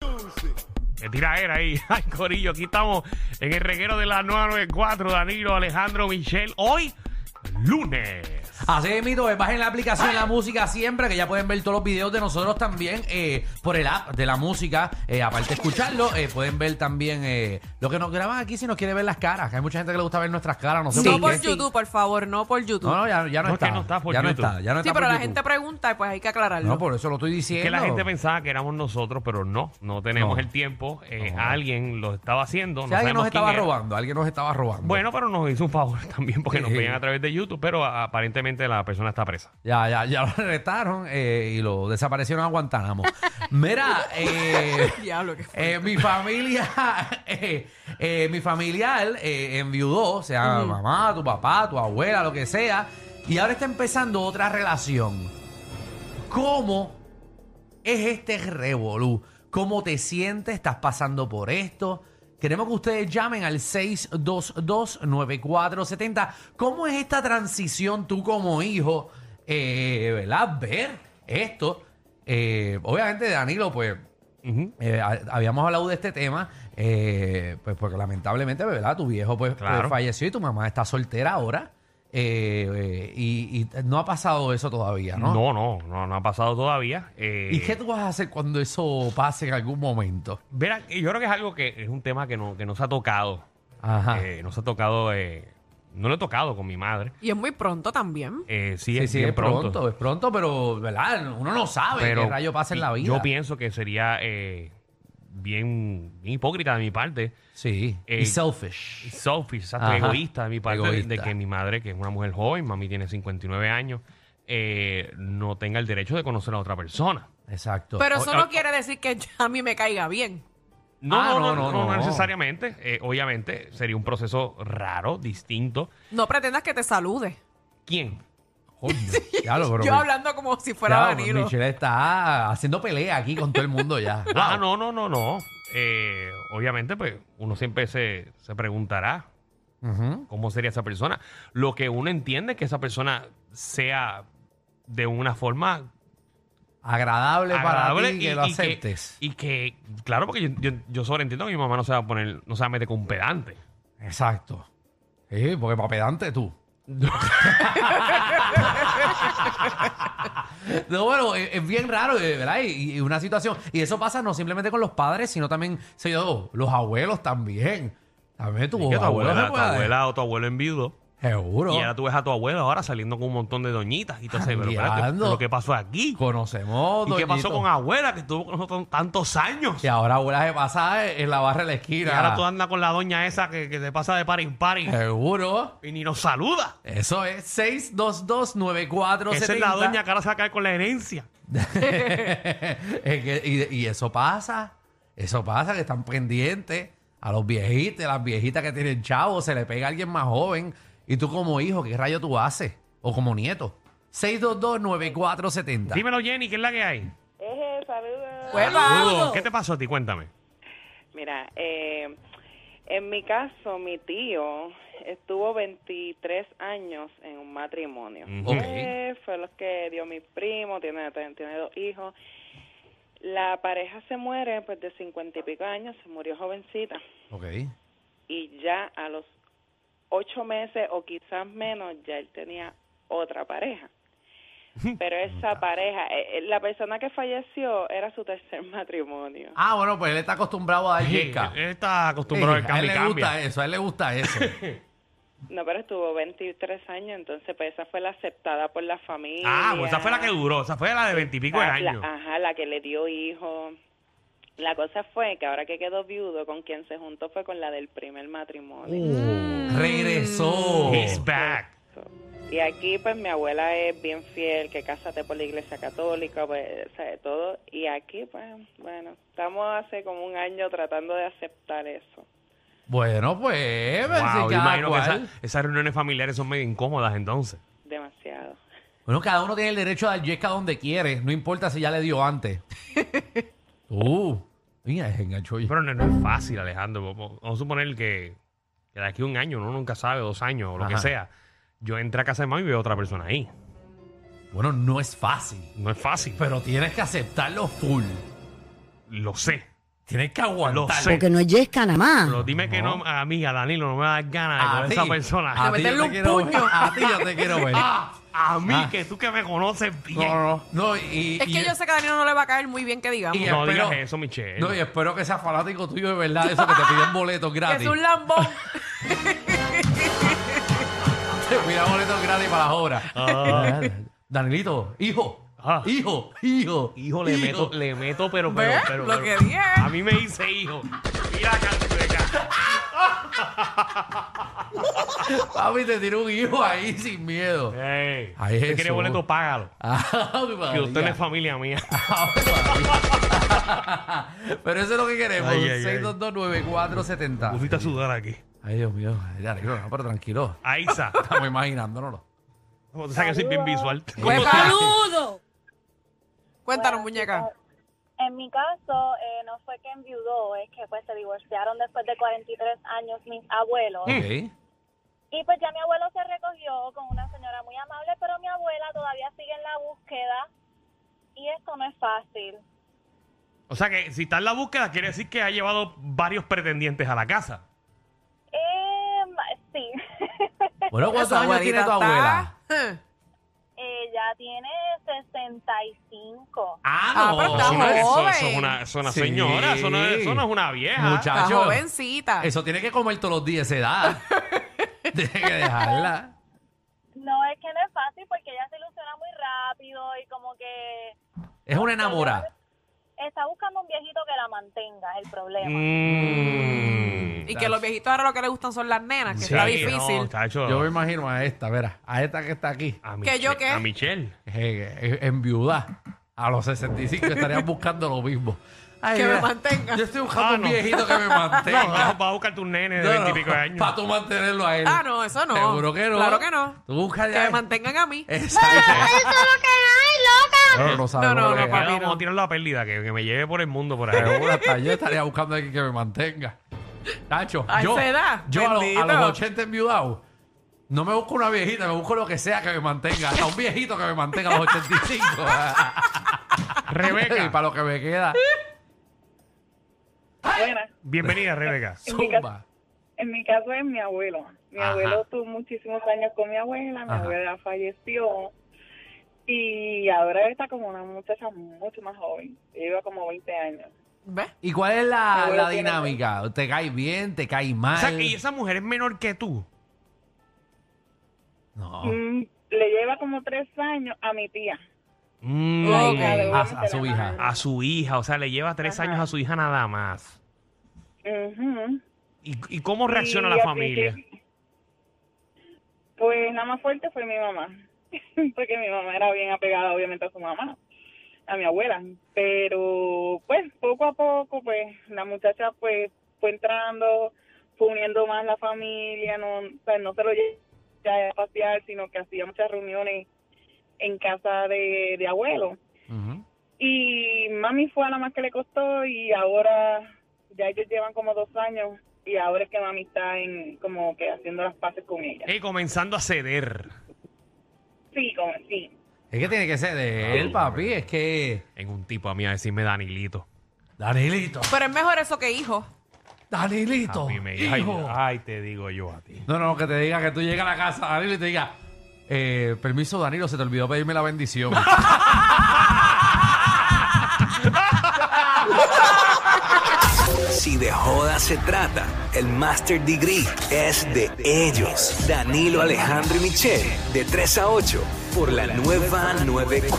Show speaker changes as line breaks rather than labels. Que Eh, tira era ahí. Ay, Corillo, aquí estamos en el reguero de la 994. Danilo, Alejandro, Michelle. Hoy, lunes.
Así es, mito, bajen la aplicación La Música siempre, que ya pueden ver todos los videos de nosotros también eh, por el app de La Música. Eh, aparte de escucharlo, eh, pueden ver también eh, lo que nos graban aquí si nos quiere ver las caras. que Hay mucha gente que le gusta ver nuestras caras, no sé
no
por
por
qué.
YouTube, por favor, no por YouTube.
No, no, ya, ya no,
No, es que
está.
no está por
ya no
YouTube.
está, ya no
sí,
está
pero
por
la
YouTube.
gente pregunta y pues hay que aclararlo.
No, por eso lo estoy diciendo.
Que la gente pensaba que éramos nosotros, pero no, no tenemos
No.
el tiempo. Eh, Alguien lo estaba haciendo.
Si
no
alguien
sabemos
nos estaba
quién era.
robando, alguien nos estaba robando.
Bueno, pero nos hizo un favor también porque nos
Sí.
veían a través de YouTube, pero a- aparentemente la persona está presa.
Ya, ya, ya lo arrestaron eh, y lo desaparecieron a Guantánamo. Mira, eh,
Diablo, qué fuerte.
Eh, mi familia, eh, eh, mi familiar eh, enviudó, sea mamá, tu papá, tu abuela, lo que sea, y ahora está empezando otra relación. ¿Cómo es este revolú? ¿Cómo te sientes? ¿Estás pasando por esto? Queremos que ustedes llamen al 622-9470. ¿Cómo es esta transición tú como hijo? Eh, ¿Verdad? Ver esto. Eh, obviamente, Danilo, pues
Ujú.
eh, ha- habíamos hablado de este tema, eh, pues porque lamentablemente, ¿verdad? Tu viejo pues,
Claro.
pues, falleció y tu mamá está soltera ahora. eh, eh, y, y no ha pasado eso todavía, ¿no?
No, no, no, no ha pasado todavía. Eh,
¿Y qué tú vas a hacer cuando eso pase en algún momento?
verá, eh, yo creo que es algo que es un tema que no, que no se ha tocado.
Ajá.
Eh, no se ha tocado, eh, no lo he tocado con mi madre.
Y es muy pronto también.
Eh, sí,
sí,
es
sí,
bien
es pronto.
pronto.
es pronto, pero, ¿verdad? Uno no sabe qué rayo pasa en la vida.
Yo pienso que sería eh, bien, bien hipócrita de mi parte,
Sí,
Eh,
y selfish.
selfish, exacto,
Ajá.
egoísta de mi parte, de- de
Egoísta.
que mi madre, que es una mujer joven, mami tiene 59 años, eh, no tenga el derecho de conocer a otra persona.
Exacto.
Pero
O-
eso no quiere decir que yo- a mí me caiga bien.
No,
Ah,
no, no,
no,
no,
no,
no
no.
necesariamente. Eh, obviamente sería un proceso raro, distinto.
No pretendas que te salude.
¿Quién?
Coño, ya Ah, lo, pero-
yo hablando como si fuera
ya,
Danilo.
Michelle está haciendo pelea aquí con todo el mundo ya.
Ah, no, no, no, no. Eh, obviamente, pues uno siempre se, se preguntará
Ujú.
cómo sería esa persona. Lo que uno entiende es que esa persona sea de una forma
agradable, para
agradable
ti que lo aceptes.
Y que, claro, porque yo, yo- yo sobreentiendo que mi mamá no se va a poner, no se va a meter con un pedante.
Exacto. Sí, porque para pedante tú. No, bueno, es, es bien raro, eh, ¿verdad? Y, y una situación. Y eso pasa no simplemente con los padres, sino también, sé yo, los abuelos también. También Oh, tu,
Y que tu
abuelo
abuela,
se
tu
puede-
abuela o tu abuelo enviudo.
Seguro.
Y ahora tú ves a tu abuela ahora saliendo con un montón de doñitas y todo eso. Pero espérate,
Jangueando.
lo que pasó aquí.
Conocemos.
¿Y qué pasó
doñito.
con abuela que estuvo con nosotros tantos años?
Y ahora abuela se pasa en la barra de la
Y
esquina.
ahora tú andas con la doña esa que, que te pasa de par en par
Eh.
y,
Seguro.
y ni nos saluda.
Eso es 6229470.
Esa es la doña que ahora se va a caer con la herencia.
Es que- y, y eso pasa, eso pasa, que están pendientes a los viejitos, las viejitas que tienen chavos, se le pega a alguien más joven. Y tú como hijo, ¿qué rayo tú haces? O como nieto. 6229470.
Dímelo, Jenny, ¿qué es la que hay?
Eje, saludos.
Pues, ¡Hueva!
¿Qué te pasó a ti? Cuéntame.
Mira, eh, en mi caso, mi tío estuvo 23 años en un matrimonio.
Ujú.
Ok.
Eh, fue lo que dio mi primo, tiene, tiene dos hijos. La pareja se muere, pues de 50 y pico años, se murió jovencita.
Ok.
Y ya a los ocho meses o quizás menos, ya él tenía otra pareja. Pero esa pareja, eh, eh, la persona que falleció era su tercer matrimonio.
Ah, bueno, pues él está acostumbrado a dar
Sí,
yesca.
él está acostumbrado al
Sí, a él
cambio y
le gusta
cambia.
eso, a él le gusta eso.
No, pero estuvo 23 años, entonces pues esa fue la aceptada por la
eh.
familia.
Ah, pues esa fue la que duró. Esa fue la de veintipico de
La- la-
años.
ajá, la que le dio hijo. La cosa fue que ahora que quedó viudo, con quien se juntó fue con la del primer matrimonio.
Regresó.
He's back.
Y aquí pues mi abuela es bien fiel, que cásate por la iglesia católica, pues, sabe todo. Y aquí pues, bueno, estamos hace como un año tratando de aceptar eso.
Bueno, pues. sí,
Wow, yo
cada
imagino que
cual.
esa- esas reuniones familiares son medio incómodas entonces.
Demasiado.
Bueno, cada uno tiene el derecho a dar yesca donde quiere, no importa si ya le dio antes. uh, mira, es enganchó. oye.
Pero no, no es fácil, Alejandro. Vamos, vamos a suponer que, que de aquí a un año, uno nunca sabe, dos años o lo que
Ajá.
sea. Yo entré a casa de mami y veo a otra persona ahí.
Bueno, no es fácil,
No es fácil,
pero tienes que aceptarlo full.
lo sé.
Tienes que aguantar.
sé.
Porque no es yesca nada más.
Pero dime que no, a mí, a Danilo, no me das ganas de con
ti,
esa persona.
a
A,
De
ti yo te
meterle un
quiero ver,
puño.
A ti yo te quiero
mí,
ver. Ah.
que tú que me conoces
No,
bien.
no, no. y-
Es
y-
que yo sé que a Danilo no le va a caer muy bien que digamos.
y
No digas eso, Michelle.
No, y espero que sea fanático tuyo de verdad, de eso que te piden boletos
Que
gratis.
es un lambón.
Te piden boletos gratis para las obras.
Ah.
Danilito, hijo,
Ah.
hijo, hijo.
Hijo, le meto, le meto, pero, pero,
¿Ves?
pero.
Lo
pero-
que dije.
A mí me dice hijo. Mira acá, acá.
Papi, te tiró un hijo ahí sin miedo.
Ey,
Ay,
si
Jesús.
quiere boleto, págalo.
Ay,
Que usted no
María.
es familia mía.
Pero eso es lo que queremos.
Ay, ay, ay.
6229470.
Pusiste a sudar aquí.
Ay, Dios mío. Ay, Danilo, no, pero tranquilo.
Aiza.
Estamos imaginándonos.
Como tú sabes que soy bien visual.
Pues,
¡Saludo!
Cuéntanos,
Bueno,
muñeca.
En mi caso, eh, no fue que enviudó, es que pues se divorciaron después de 43 años mis abuelos.
Eh,
Ok.
Y pues ya mi abuelo se recogió con una señora muy amable, pero mi abuela todavía sigue en la búsqueda y esto no es fácil.
O sea que si está en la búsqueda, quiere decir que ha llevado varios pretendientes a la casa.
Eh, ma- sí,
Bueno, ¿cuántos
Esa
años tiene tu abuela?
abuelita está- Eh,
ella tiene 65.
Ah, pero está
Eso no es- eso-
joven.
eso es una, eso es una
Pues Sí.
señora, eso no, es, eso no es una vieja.
Muchacho.
Está jovencita.
Eso tiene que comer todos los días esa edad. tiene que dejarla.
No es que no es fácil porque ella se ilusiona muy rápido y como que
Es una enamorada.
está buscando un viejito que la mantenga, es el problema.
Mm.
Y que los viejitos ahora lo que les gustan son las nenas, que
Sí,
está
no,
difícil.
chacho.
Yo me imagino a esta, verá. A esta que está aquí.
a
¿Que yo
Michelle-
qué?
A Michelle.
eh, en viuda. A los 65 estarían buscando lo mismo. Ay,
Que me
mira,
mantenga.
Yo estoy buscando
Ah,
un
no.
viejito que me
No, no,
mantenga.
vas a buscar tu nene de veintipico de años.
Para tú mantenerlo a él.
Ah, no, eso no.
Seguro que no. Eh.
Claro que no.
Tú buscas
Que
ya-
me mantengan a mí.
Exacto. no, no, sabemos
no,
lo que
no,
es.
papi,
Vamos a tirar la pérdida, que, que me lleve por el mundo por ahí.
Seguro hasta yo estaría buscando a alguien que me mantenga. Nacho,
A
yo,
esa edad,
yo a, los- a
bendito.
los 80 enviudado, no me busco una viejita, me busco lo que sea que me mantenga. Hasta un viejito que me mantenga a los 85. y
Rebeca.
para lo que me queda,
Buenas.
Bienvenida, Rebeca.
zumba.
En mi caso es mi abuelo. Mi
Ajá.
abuelo tuvo muchísimos años con mi abuela, mi
Ajá.
abuela falleció y ahora está como una muchacha mucho más joven. Lleva como 20 años.
¿Ves?
¿Y cuál es
Mi
la,
abuelo
la
tiene-
dinámica? ¿Te cae bien? ¿Te cae
O
mal?
sea, que esa mujer es menor que tú.
No.
Mm, le lleva como tres años a mi tía.
Mm.
Ok.
A, a su hija.
A su hija, o sea, le lleva tres
Ajá.
años a su hija nada más.
Ujú.
¿Y, y cómo reacciona
Y
la
al
familia?
principio- Pues la más fuerte fue mi mamá, porque mi mamá era bien apegada obviamente a su mamá, a mi abuela, pero pues poco a poco pues la muchacha pues fue entrando, fue uniendo más la familia, no, o sea, no se lo llevaba a pasear, sino que hacía muchas reuniones en casa de, de abuelo.
Ujú.
Y mami fue a la más que le costó y ahora ya ellos llevan como dos años y ahora es que mami está en como que haciendo las paces con ella.
Eh, comenzando a ceder
Sí, como sí.
Es que tiene que ser de él, papi. Es que.
en un tipo a mí a decirme Danilito.
Danilito.
Pero es mejor eso que hijo.
A
Danilito.
mí me ay,
hijo.
ay, te digo yo a ti.
No, no, que te diga que tú llegas a la casa, Danilo, y te diga, eh, permiso, Danilo, se te olvidó pedirme la bendición.
Si de joda se trata, el Master Degree es de ellos. Danilo Alejandro y Michelle, de 3 a 8, por la nueva 94.